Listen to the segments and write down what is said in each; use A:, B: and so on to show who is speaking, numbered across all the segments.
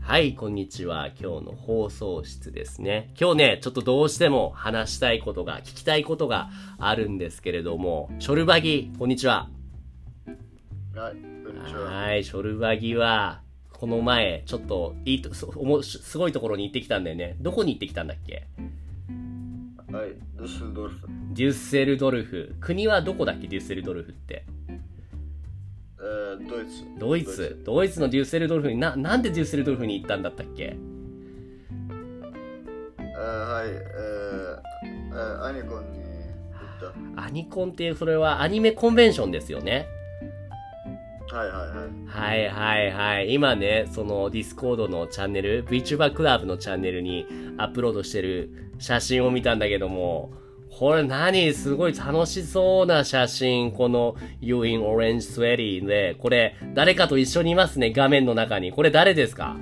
A: はい、こんにちは。今日の放送室ですね。今日ね、ちょっとどうしても話したいことが、聞きたいことがあるんですけれども、ショルバギ、こんにちは。
B: はい、こんにちは。
A: はい、ショルバギは、この前、ちょっと、いいと、そうおもしすごいところに行ってきたんだよね。どこに行ってきたんだっけ
B: はい、ドゥッセルドルフ。
A: デュッセルドルフ。国はどこだっけデュッセルドルフって。
B: えー、ドイツ。
A: ドイツ。ドイツのデュッセルドルフに、な、なんでデュッセルドルフに行ったんだったっけ
B: えー、はい、えー、えー、アニコンに行っ
A: アニコンっていう、それはアニメコンベンションですよね。
B: た。はいはいはい。
A: はいはいはい。今ね、そのディスコードのチャンネル、VTuber クラブのチャンネルにアップロードしてる写真を見たんだけども、これ何すごい楽しそうな写真。この You in Orange Sweaty で、これ誰かと一緒にいますね、画面の中に。これ誰ですか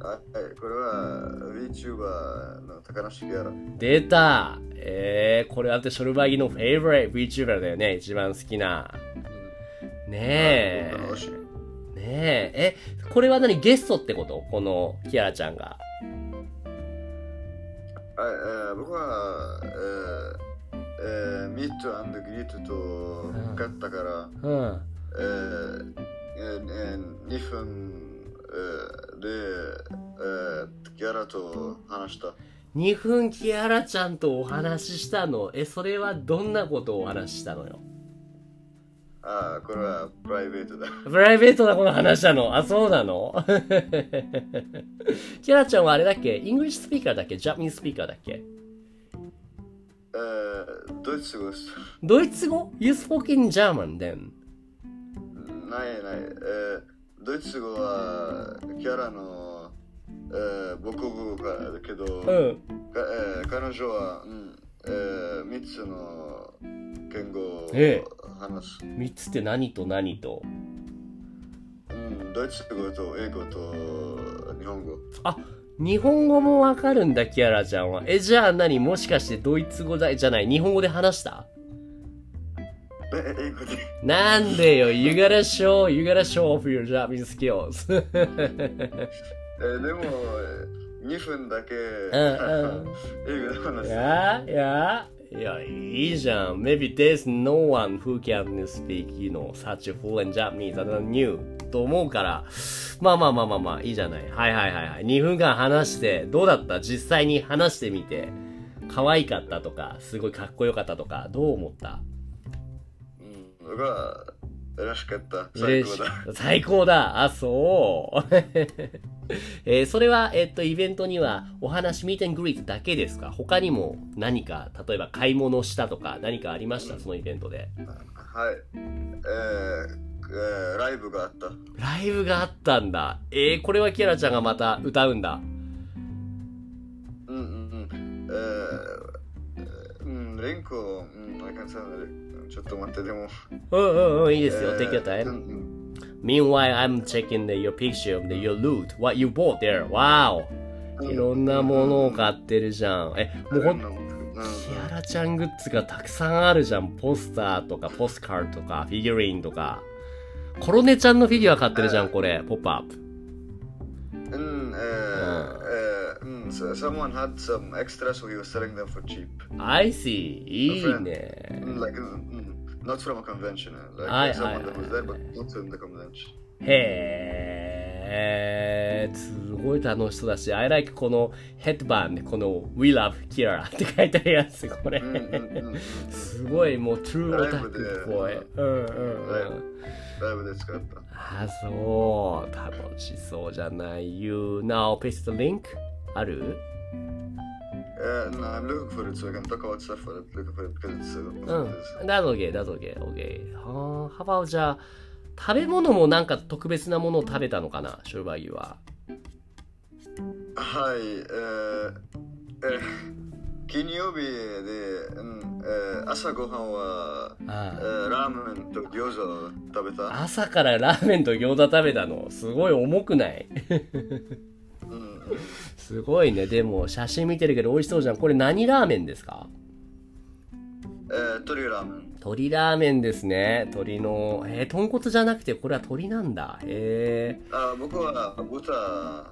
B: はい、これは VTuber の高梨ギャラ。
A: 出たえー、これだってショルバギのフェイブレイ VTuber だよね、一番好きな。ねえ。
B: 楽しい。
A: ねえ、え、これは何ゲストってことこのキアラちゃんが。
B: はい、えー、僕は、えー、えー、ミッドアンドグリートと勝ったから、
A: うん。
B: えー、えー、えー、2分、えー、で、えー、ギャラと話した。
A: 2分キアラちゃんとお話ししたの。え、それはどんなことをお話ししたのよ。
B: あー、これはプライベートだ。
A: プライベートなこの話なのあ、そうなの キアラちゃんはあれだっけイングリッシュスピーカーだっけジャパニーズスピーカーだっけ
B: えー、ドイツ語です。
A: ドイツ語 ?You spoke in German then.
B: ないない、えー、ドイツ語はキャラの、えー、母国語からだけど、
A: う
B: か
A: ん。
B: えー彼女は、うんえー、3つの言語を
A: ええ
B: 話す、
A: 3つって何と何と。
B: うん、ドイツ語と英語と日本語
A: あ、日本語もわかるんだ、キアラちゃんは。え、じゃあ何もしかしてドイツ語だじゃない日本語で話した
B: え英語で
A: なんでよ ?You gotta show, you gotta show off your Japanese skills.
B: えーでも2分だけ、
A: んうん
B: 英語で話
A: い
B: す
A: やいやいや、いいじゃん。Maybe there's no one who can speak, you know, such a full and Japanese other than you. と思うから。まあまあまあまあまあ、いいじゃない。はいはいはいはい。2分間話して、どうだった実際に話してみて。可愛かったとか、すごいかっこよかったとか、どう思った
B: うん僕は嬉しかった最
A: 嬉し
B: 高
A: い
B: だ。
A: 最高だ。あ、そう。 えーそれは、えっと、イベントにはお話、ミーテングリートだけですか他にも何か、例えば買い物したとか何かありましたそのイベントで。
B: はいえーえーライブがあった
A: ライブがあったんだ。えーこれはキアラちゃんがまた歌うんだ。
B: うんうんうん。えー、うん、レンコ、うん、I can't tell. ちょっと待って、でも。
A: うんうんうん、いい
B: で
A: ですよ。Take your
B: う
A: time.
B: ん
A: Meanwhile, I'm checking the, your picture of the, your loot. What you bought there. Wow!
B: うん
A: いろんなものを買ってるじゃん。え、もうほん
B: うん
A: キアラちゃんグッズがたくさんあるじゃん。ポスターとか、ポスカードとか、フィギュリンとか。コロネちゃんのフィギュア買ってるじゃん、これ。ポップアップ。
B: うん、えー、えー、うん、so- someone had some extra, so he was selling them for cheap.
A: I see. いいね。
B: Mm, Like, mm, not from a convention. Like,
A: Aye,
B: someone
A: aye, aye,
B: that was there, but not from the convention.
A: へー。すごい楽しそうだし、I like このヘッドバンで、この We love Kira って書いてあるやつ、これ。
B: うんうんうんうん
A: すごい、もう True オタクっぽい。うんうんうん。
B: ライブで使った。
A: あ、そう。楽しそうじゃない。You now paste the link? ある
B: えー、no, I'm looking for it, so I can talk about stuff for it, looking for it, because it's, uh, it's-
A: うん。だぞげ、だぞげ、オーケー。はあ、ハバオじゃあ、食べ物もなんか特別なものを食べたのかな、ショルバギは。
B: はい、えーえー金曜日で、うんえー朝ごはんは、え
A: あ
B: ーラーメンと餃子を食べた。
A: 朝からラーメンと餃子食べたの。すごい重くない
B: うん、
A: すごいね。でも、写真見てるけど美味しそうじゃん。これ何ラーメンですか
B: えー、鶏ラーメン。
A: 鶏ラーメンですね。鶏の、えー、豚骨じゃなくて、これは鶏なんだ。へえ。
B: あ僕は豚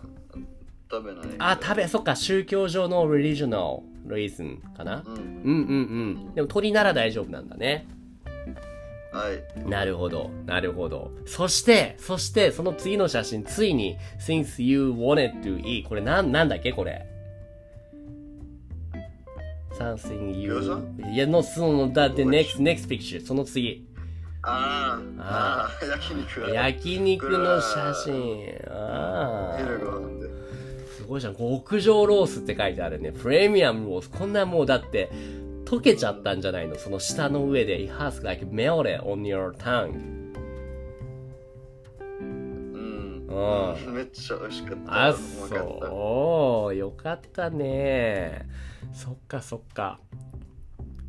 B: 食べない。
A: あ、食べ、そっか、宗教上の religional reason かな。
B: うん。
A: うんうんうん。でも鶏なら大丈夫なんだね。
B: はい。
A: なるほど、なるほど。そして、そして、その次の写真、ついに、since you wanted to eat。これ、なん、なんだっけこれ。something you...
B: 餃
A: いや、の、その、だって、next, next picture。その次。
B: あーあー、焼肉は。
A: 焼肉の写真。あ
B: 昼
A: あ。
B: ご飯で。
A: すごいじゃん。極上ロースって書いてあるね。プレミアムロース。こんなもうだって、溶けちゃったんじゃないのその舌の上で。It has like melted on your tongue.
B: うん。
A: うん。
B: めっちゃ美味しかった。
A: あ
B: うまかった
A: そうよかったねそっかそっか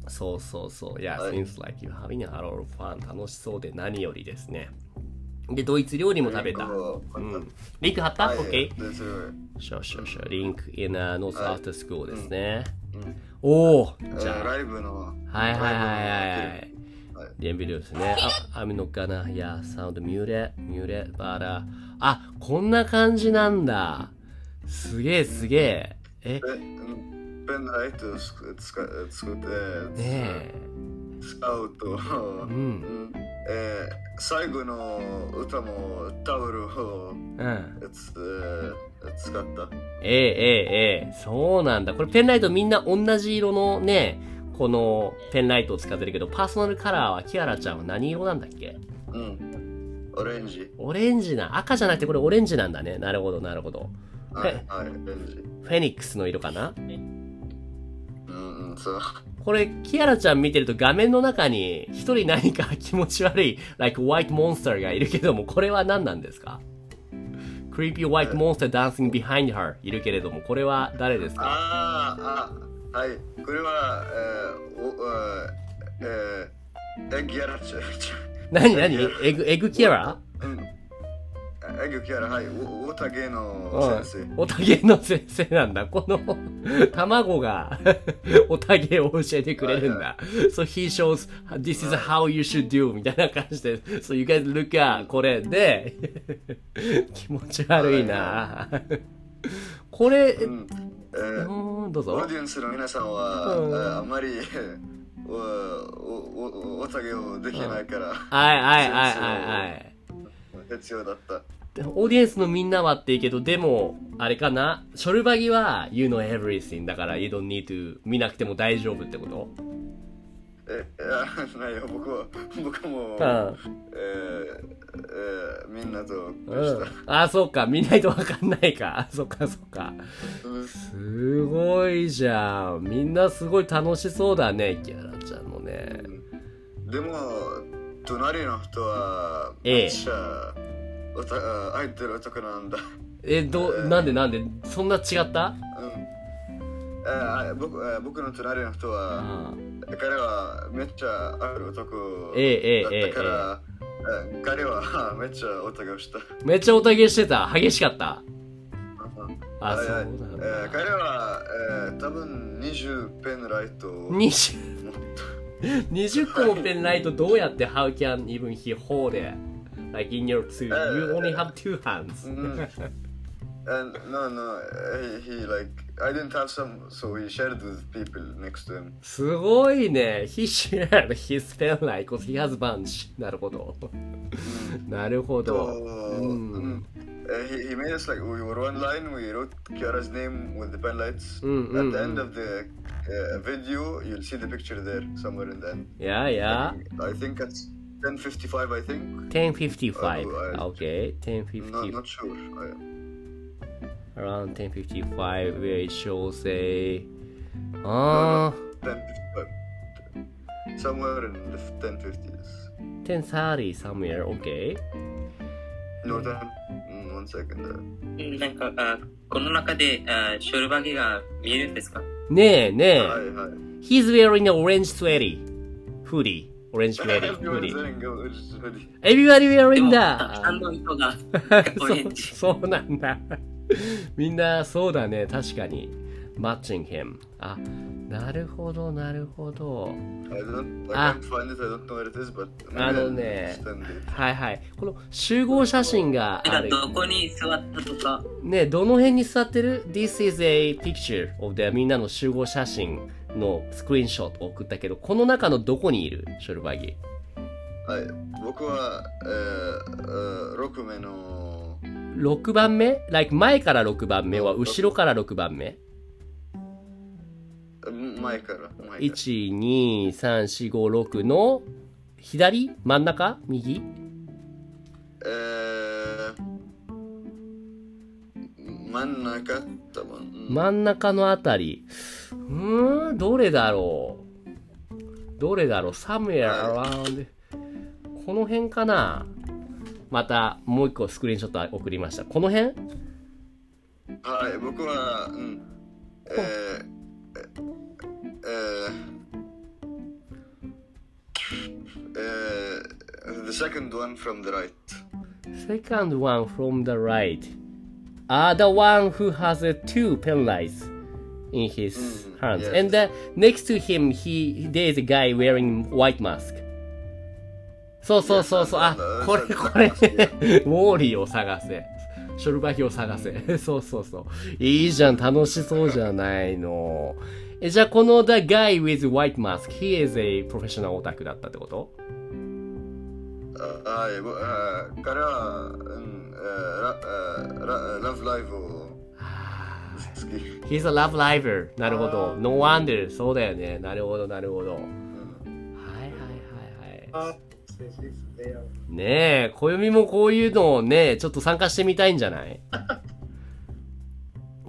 A: そうそうそういや、
B: はい
A: seems like you're having a lot of fun 楽しそうで何よりですねでドイツ料理も食べた
B: リンクを
A: う
B: また
A: ん、リンク貼った、
B: はい
A: ?OK?
B: でそれ
A: そうそうそうリンク in a north
B: はい
A: after school ですね、
B: うん
A: おお
B: え
A: じゃあ
B: ーライブの。
A: はいはいはいはいは
B: はいい。
A: レンビルですね。あ、I'm not gonna hear sound muted, muted, but, uh, あ、こんな感じなんだ。すげえすげえ。え、
B: えうんペンライトをつくつか作って、
A: ねえ。
B: 使うと、う
A: うんん。
B: えー最後の歌もタオルを
A: うん。
B: つ、えー使った。
A: ええええええ。そうなんだ。これペンライトみんな同じ色のね、このペンライトを使ってるけど、パーソナルカラーはキアラちゃんは何色なんだっけ
B: うん。オレンジ。
A: オレンジな。赤じゃなくてこれオレンジなんだね。なるほど、なるほど。
B: はい
A: え、
B: はい、オレンジ。
A: フェニックスの色かな
B: うん、うん、そう。
A: これ、キアラちゃん見てると画面の中に一人何か気持ち悪い、like white monster がいるけども、これは何なんですか ?creepy white monster dancing behind her いるけれども、これは誰ですか
B: あーあ、はい。これは、えー、おえーえー、エッグやらちゃう。
A: 何何エグ、エグキアラ
B: うん。エッグキャラ、はい。おおたけ
A: う
B: の
A: ん
B: 先生。
A: おたげの先生なんだ。この、卵が、おたげを教えてくれるんだ。so he shows, this is how you should do みたいな感じで、so you guys look at これ で、気持ち悪いな。これ、
B: うん。え
A: う
B: ー
A: ーん、どう
B: オー
A: ぞ
B: デ。ィエンスの皆さん
A: うん
B: は、ああまり おおおお酒をできないから
A: はいはいはいはいはい。
B: 必要だった。
A: でオーディエンスのみんなはっていいけど、でも、あれかなショルバギは、you know everything だから、you don't need to 見なくても大丈夫ってこと
B: え、あないよ、僕は、僕
A: うん。
B: も、えーえーみんなと
A: うん、
B: し
A: あ、そうか。見ないとわかんないか。そっか、そっか。
B: た。うん
A: すごいじゃん。みんなすごい楽しそうだね、キャラちゃんのね。
B: でも、隣の人は、
A: ええ
B: めっちゃ、おたあ入ってる男なんだ。
A: え、ど、なんでなんでそんな違った
B: うんえーあ僕えー僕の隣の人は、
A: あ
B: 彼はめっちゃある男
A: ええええ
B: だったから、え彼はめっちゃお互いをした。
A: めっちゃおたげしてた。激しかった。あ、
B: は
A: そ
B: いうは
A: ないん
B: えー
A: だ。
B: 彼は、えー多分20ペンライトを持っ
A: 20、20個もペンライトどうやって How can even he hold it? Like in your two, you only have two
B: た。
A: hands.
B: うん And no, no, he, he like, I didn't have some, so he shared with people next to him.
A: すごいね。He shared his pen light because he has bunch. なるほど。なるほ
B: So,
A: ど。Mm.
B: うん uh, he, he made us like, we were one line, we wrote Kiara's name with the pen lights.
A: うんうん
B: At the end of the uh, video, you'll see the picture there, somewhere in the end.
A: いやいや。
B: I think at 10:55. I think.
A: 1055. Okay.
B: Not
A: 1055.
B: not sure. I-
A: Around 1055 where it shows a... ああ。
B: 10:55. Somewhere in the 10:50s.
A: 1030 somewhere. Okay.
B: No, 10. mm, One second. There.
C: なんか、あこの中であショルバギが見えるんですか
A: ねえねえ。
B: Hi, hi.
A: He's wearing an orange sweaty. Hoodie. Orange sweaty. Hoodie.
B: Everyone's wearing orange hoodie.
A: Everybody wearing
C: たく
A: that.
C: さんの人 がオレンジ。
A: そうそうなんだみんなそうだね確かに matching him あなるほど、なるほど。
B: I don't, I
A: あ
B: can't find it, I don't know where it is, but
A: あ
B: maybe
A: の
B: I'll
A: ね
B: send it.、
A: はいはい。この集合写真があ
C: なんか
A: る。
C: どこに座ったとか、
A: ね、どの辺に座ってる ?This is a picture of the みんなの集合写真のスクリーンショットを送ったけど、この中のどこにいるショルバギ。
B: はい、僕は、えーえー、6名の、
A: 6番目 ?like 前から6番目は後ろから6番目
B: うん前から、前から。
A: ?1,2,3,4,5,6の左真ん中右
B: えー、真ん中、多分。うん
A: 真ん中のあたり。うーん、どれだろうどれだろう ?somewhere around. この辺かなまた、もう一個スクリーンショット送りました。この辺
B: はい、僕は、うん、えー、えー、えー、the second one from the right.
A: Second one from the right. Ah, the one who has uh, two pen lights in his
B: Mm,
A: hands.
B: yes.
A: And uh, next to him, he there is a guy wearing white mask. そうそうそうそう。あ
B: Yes, I know.、
A: これ
B: That's
A: これ。ウ
B: the
A: ォーリーを探せ。ショルバヒを探せ。 そうそうそう。いいじゃん。楽しそうじゃないの。え、じゃあこの The guy with white mask, he is a professional オタクだったってこと
B: あはい、ぼあ彼は、うん、えーラえーララブライブを好き。
A: He's a love liver. なるほど。No wonder. そうだよね。なるほど、なるほど。はいはいはいはい。ねえ、暦もこういうのをね、ちょっと参加してみたいんじゃない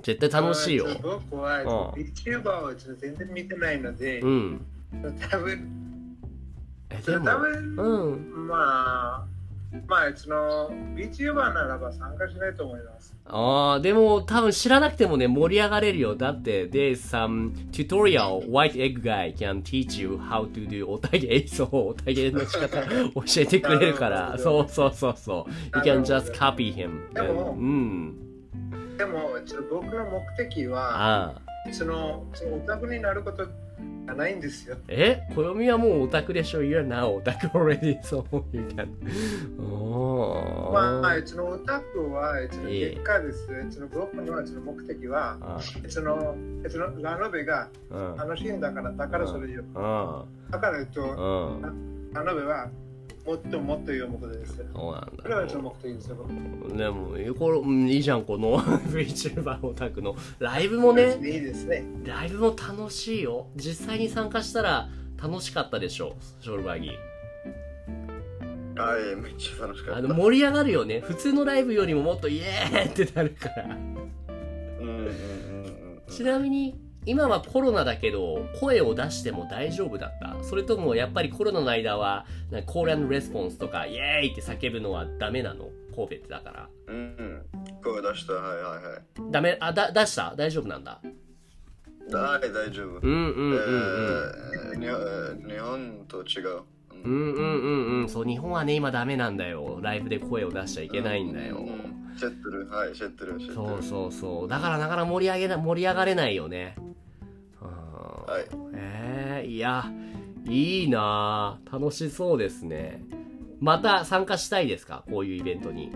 A: 絶対楽しいよ。
D: すごくは
A: うん
D: VTuber をちょっと全然見てないので、
A: うん。
D: 多分
A: え、でも
D: 多、分
A: うん。
D: まあまあその VTuber ならば参加しないと思います。
A: ああ、でも多分知らなくてもね、盛り上がれるよ。だって、there's some tutorial white egg guy can teach you how to do おたげ、そう、おたげの仕方教えてくれるから。
D: なる
A: そ
D: ほ
A: うそうそうそう。You can just copy him.
D: でも
A: うん。
D: でもちょっと僕の目的は
A: ああ。
D: そのそのオタクになることじゃないんですよ。
A: え暦はもうオタクでしょ ?You're now オタク already, so you can. おー。
D: まあそのオタクはその
A: いえ
D: 結果です。その僕のその目的は
A: あ
D: そのそのラノベが
A: うん。
D: 楽しいんだからだからそれ
A: う
D: よ。
A: ん。
D: だからえっと
A: うん。
D: ラノベはもっともっと読むことです。
A: そうなんだ。
D: これはちょっと目的ですよ。僕
A: でもこれ、うんいいじゃんこの VTuber オタクのライブもね
D: いいですね。
A: ライブも楽しいよ実際に参加したら楽しかったでしょショルバギー
B: はい、めっちゃ楽しか
A: あ
B: っ
A: の
B: た。
A: 盛り上がるよね普通のライブよりももっとイエーイってなるから
B: うんうんうんうん
A: ちなみに今はコロナだけど声を出しても大丈夫だったそれともやっぱりコロナの間はなんかコーランレスポンスとかイエーイって叫ぶのはダメなの神戸ってだから
B: うんうん。声出した、はいはいはい。
A: ダメあだ出した大丈夫なんだ
B: はい、大丈夫。
A: うんうん
B: え
A: うんうん、
B: ーにえー日本と違う。
A: う
B: うん
A: んうんうんうんそう日本はね今ダメなんだよライブで声を出しちゃいけないんだよ、
B: ううん知ってる、はい、知ってる、知ってる。
A: そうそうそうだからなかなか盛り上げな盛り上がれないよねうん、
B: はい。
A: えー、いやいいなあ楽しそうですねまた参加したいですかこういうイベントに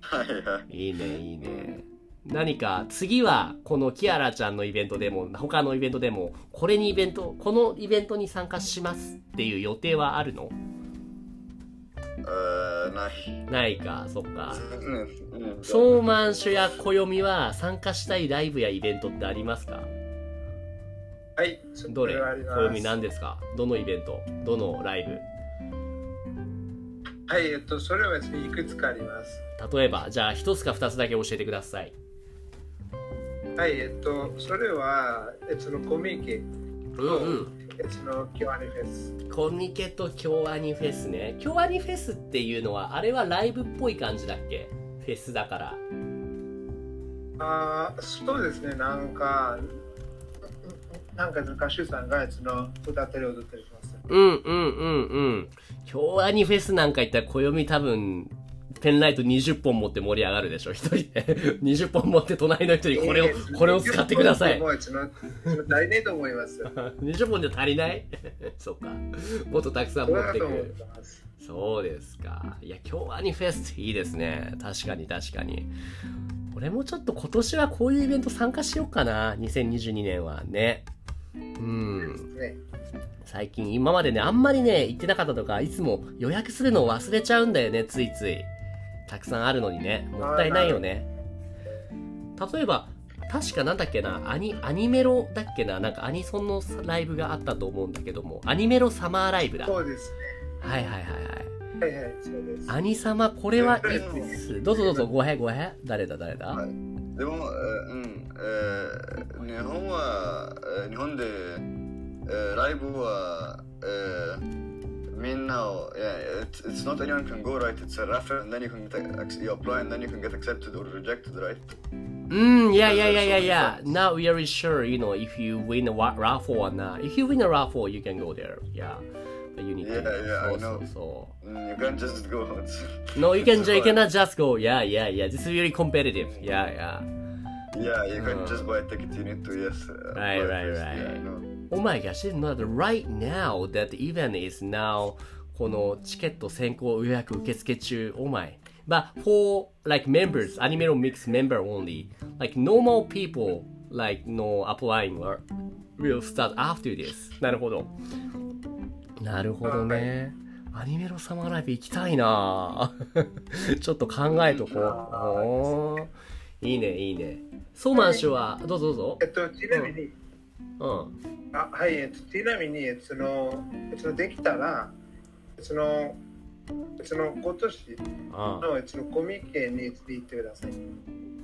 B: はいはい。
A: いいねいいね何か次はこのキアラちゃんのイベントでも他のイベントでもこれにイベントこのイベントに参加しますっていう予定はあるの
B: えー、ない。
A: ないかそっか
B: うんうん
A: ソーマンシュや暦は参加したいライブやイベントってありますか
D: はい。
A: どれ
D: そはあります
A: 暦何ですかどのイベントどのライ
D: はい、えっと、それはですねいくつかあります。
A: ブ例えばじゃあ一つか二つだけ教えてください
D: はい、えっと、それは、えっと、そのコミケ、
A: うんうん
D: えっと、そのキュアニフェス。
A: コミケと京アニフェスね京アニフェスっていうのはあれはライブっぽい感じだっけフェスだから
D: ああ、そうですね、なんか、なんか歌手さんがその歌ったり踊ったりします。
A: うんうんうんうん京アニフェスなんか行ったら暦多分ペンライト20本持って盛り上がるでしょ、一人で。20本持って隣の人にこれを、これを使ってください
D: も。うちの、足りねえと思い ますよ。
A: 20本じゃ足りない そっか。もっとたくさん
D: そ
A: 持
D: う
A: っ
D: だ
A: て
D: と
A: く
D: 思い
A: る。
D: ます。
A: そうですか。いや、今日アニフェスいいですね。確かに確かに。俺もちょっと今年はこういうイベント参加しようかな。2022年はね。うん。
D: ね、
A: 最近今までねあんまりね行ってなかったとかいつも予約するのを忘れちゃうんだよねついついたくさんあるのにねもったいないよね例えば確かなんだっけなアニアニメロだっけななんかアニソンのライブがあったと思うんだけどもアニメロサマーライブだはい
D: そうです
A: はいはいはい
D: ね。はいはい、そうです。
A: アニサマこれはいつどうぞどうぞごへんごへん誰だ誰だ、
B: はいでも、えーうんえー日本は、えー日本で、えーライブは、えーみんなを、yeah, it's, it's not anyone can go right, it's a raffle, and then you can get, ac- you apply, and then you can get accepted or rejected, right?
A: Mm, yeah, yeah, yeah, yeah, yeah. Not really sure, you know, if you win a wa- raffle or not. If you win a raffle, you can go there. Yeah. But you need to.
B: Yeah, yeah,
A: so,
B: I know.
A: So,
B: Mm, You can't just go. It's,
A: so. No, you can
B: It's
A: you
B: hard.
A: cannot just go. Yeah, yeah, yeah. This is really competitive. Yeah, yeah.
B: yeah, you can't just buy a ticket, you need to, yes. uh,
A: Right,
B: apply
A: right,
B: first.
A: right.
B: Yeah, I know.
A: Oh my gosh, it's not right now that the event is now このチケット先行予約受付中。Oh my. But for like members, Animero Mix member only, like normal people, like no applying or will start after this. なるほど。なるほどね。アニメのサマーライブ行きたいな ぁちょっと考えとこう。おーいいね、いいね。ソーマン氏は、どうぞどう
D: えっと、ちなみに、
A: ぞ。
D: あはい、えっと、ちなみに、その、そのできたら、その、その今年
A: うん。うん。
D: のそのコミケに行ってください。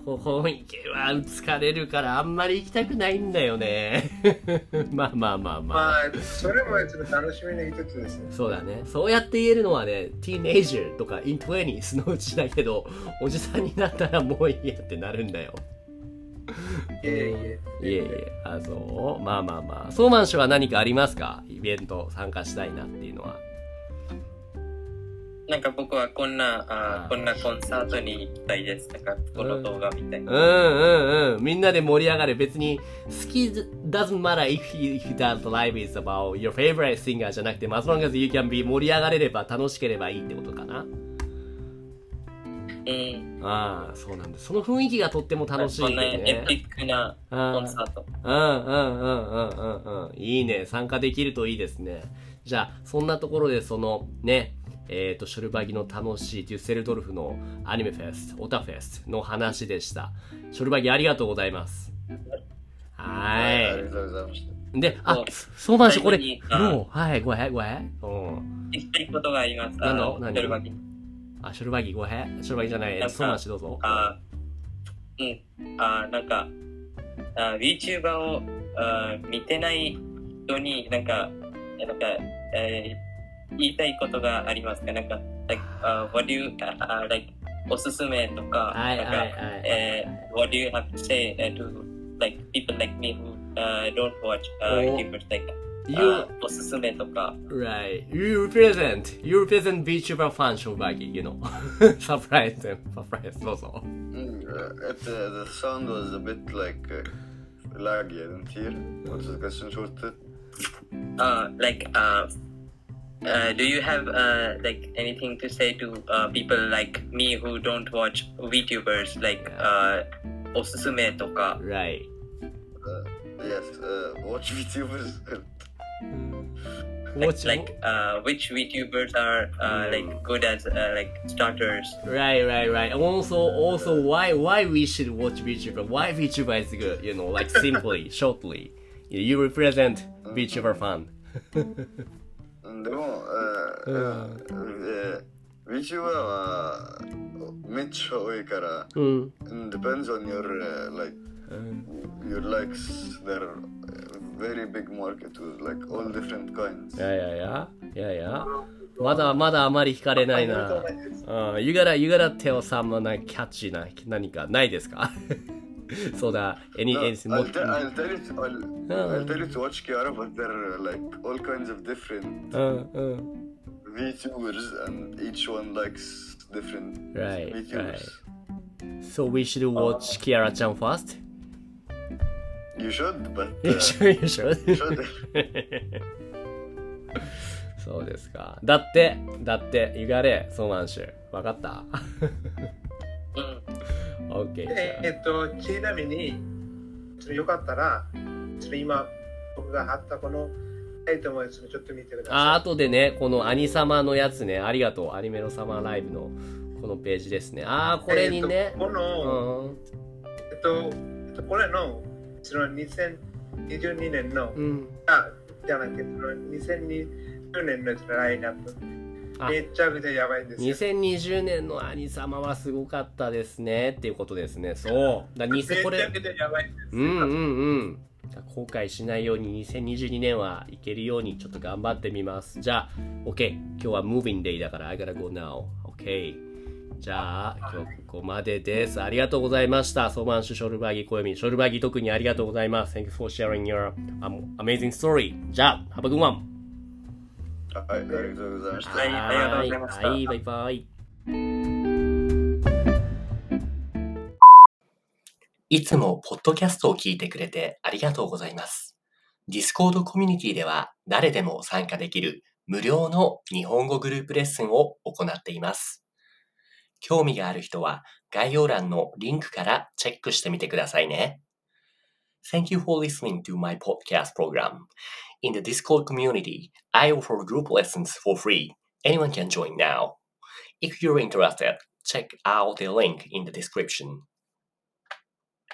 A: ここ行けば疲れるからあんまり行きたくないんだよね まあまあまあまあ、
D: まあ、それもその楽しみの一つですね。
A: そうだねそうやって言えるのはねティーネイジャーとかイントゥエニースのうちだけどおじさんになったらもういいやってなるんだよ
D: いえいえ。
A: いえいえあそうまあまあまあソーマン氏は何かありますかイベント参加したいなっていうのは
C: なんか僕はこんな、
A: あ
C: あ
A: ー
C: ーこんなコンサートに行きたいです。なんか、この動画みたいな。
A: うんうんうんみんなで盛り上がる別に好き doesn't matter if, he, if that live is about your favorite singer じゃなくて as long as you can be 盛り上がれれば楽しければいいってことかな
C: うん。
A: ああそうなんですその雰囲気がとっても楽しい
C: こ
A: よ
C: んなエ
A: ね
C: ピックな
A: あ
C: コン
A: ー
C: サート。
A: うんうんうんうんうんうんいいね参加できるといいですねじゃあそんなところでそのねえー、とショルバギの楽しいデュッセルドルフのアニメフェスオタフェスの話でしたショルバギありがとうございますは
B: Yeah, あり
A: ー
B: がとうございました。
A: いであ
C: そう
A: そうなんですよこれ
C: 最後に
A: もうはいごへんごへんうん
C: 行きたいことがあります。
A: なんだ何
C: ドルバギ。
A: あショルバギごへんショルバギじゃないえ
C: な
A: ー
C: んか
A: そうなんですどうぞ
C: あーうん。あーなんか、あー VTuber をあー見てない人に、なんか、えなんか、えー言いたいことがありますかなんか、like, あー what do you, あー like, おすすめとか、
A: はいはいは
C: ないんか、えー what do you have to say uh, to, like, people like me who uh, don't watch uh,
A: お
C: YouTubers, like,
A: You-
C: あーおすすめとか、
A: Right. You represent. You represent VTuber fan Shobagi, you know. surprise them. Surprise. そうそう。
B: Mm, uh, it, uh, the sound was a bit like uh, laggy, I didn't hear. What's the question, Shorty?
C: uh, like uh, uh, do you have uh, like anything to say to uh, people like me who don't watch VTubers like uh, おすすめとか
A: Right.
B: Uh, yes, uh, watch VTubers.
A: What's
C: like uh, which VTubers are uh, like good as uh, like starters
A: Right, right, right. Also, also, why, why we should watch VTuber? Why VTuber is good? You know, like simply, shortly. You represent VTuber fan.
B: でも、えーえー、VTuber はめっちゃ多いから、
C: Hmm.
A: うん。
B: mm, depends on your,、uh, like, your likes. There are uh, very big market with like all different kinds.
A: いやいやいや。いやいや。まだまだあまり惹かれないな。うん、you gotta, you gotta tell someone like catchy な何かないですか そうだ、any,
B: No,
A: anything
B: I'll,
A: more?
B: te- I'll tell you to, I'll,
A: Um,
B: I'll tell you to watch Kiara, but there are like all kinds of different
A: うんうん。
B: VTubers, and each one likes different
A: Right,
B: YouTubers.
A: So we should watch Kiara chan first?
B: You should, but uh,
A: You sure, you sure?
B: そうで
A: そうですか。だって、だって、you got it, そうなんしゅ。わかった
C: うん。
A: ?OK, じ
D: でえ
A: ゃ
D: っと、ちなみに、そのよかったら、その今、僕が貼ったこのサイトもそのちょっと見てくだ
A: あ。あー、
D: さ
A: 後でね、このアニ様のやつね、ありがとう。アニメのサマーライブのこのページですね。ああ、
D: い。
A: これに
D: えっ
A: ね
D: と。こ
A: う
D: の、
A: ん。
D: えっと、えっとこれの、その2022年の、
A: うん。
D: あ、じゃなくて、その2020年のそのラインナップ
A: あ、
D: めちゃくちゃやばいんですよ。
A: 2020年の兄様はすごかったですねっていうことですね。そう。だ
D: め
A: に
D: ちゃ
A: これ、
D: くちゃやばいんです
A: うんうんうん。後悔しないように2022年はいけるようにちょっと頑張ってみます。じゃあ、OK。今日は Moving Day だから I gotta go now. OK。じゃあ、今日ここまでです。ありがとうございました。ソーマンシュ・ショルバギ、コヨミン。ショルバギ特にありがとうございます。Thank you for sharing your um, amazing story. じゃあ、Have a good one!
B: はい、ありがとうございました。
C: はいありがとうございました
A: はい、バイバイ。
E: いつもポッドキャストを聞いてくれてありがとうございます。Discord コミュニティでは誰でも参加できる無料の日本語グループレッスンを行っています。興味がある人は概要欄のリンクからチェックしてみてくださいね。Thank you for listening to my podcast program. In the Discord community, I offer group lessons for free. Anyone can join now. If you're interested, check out the link in the description.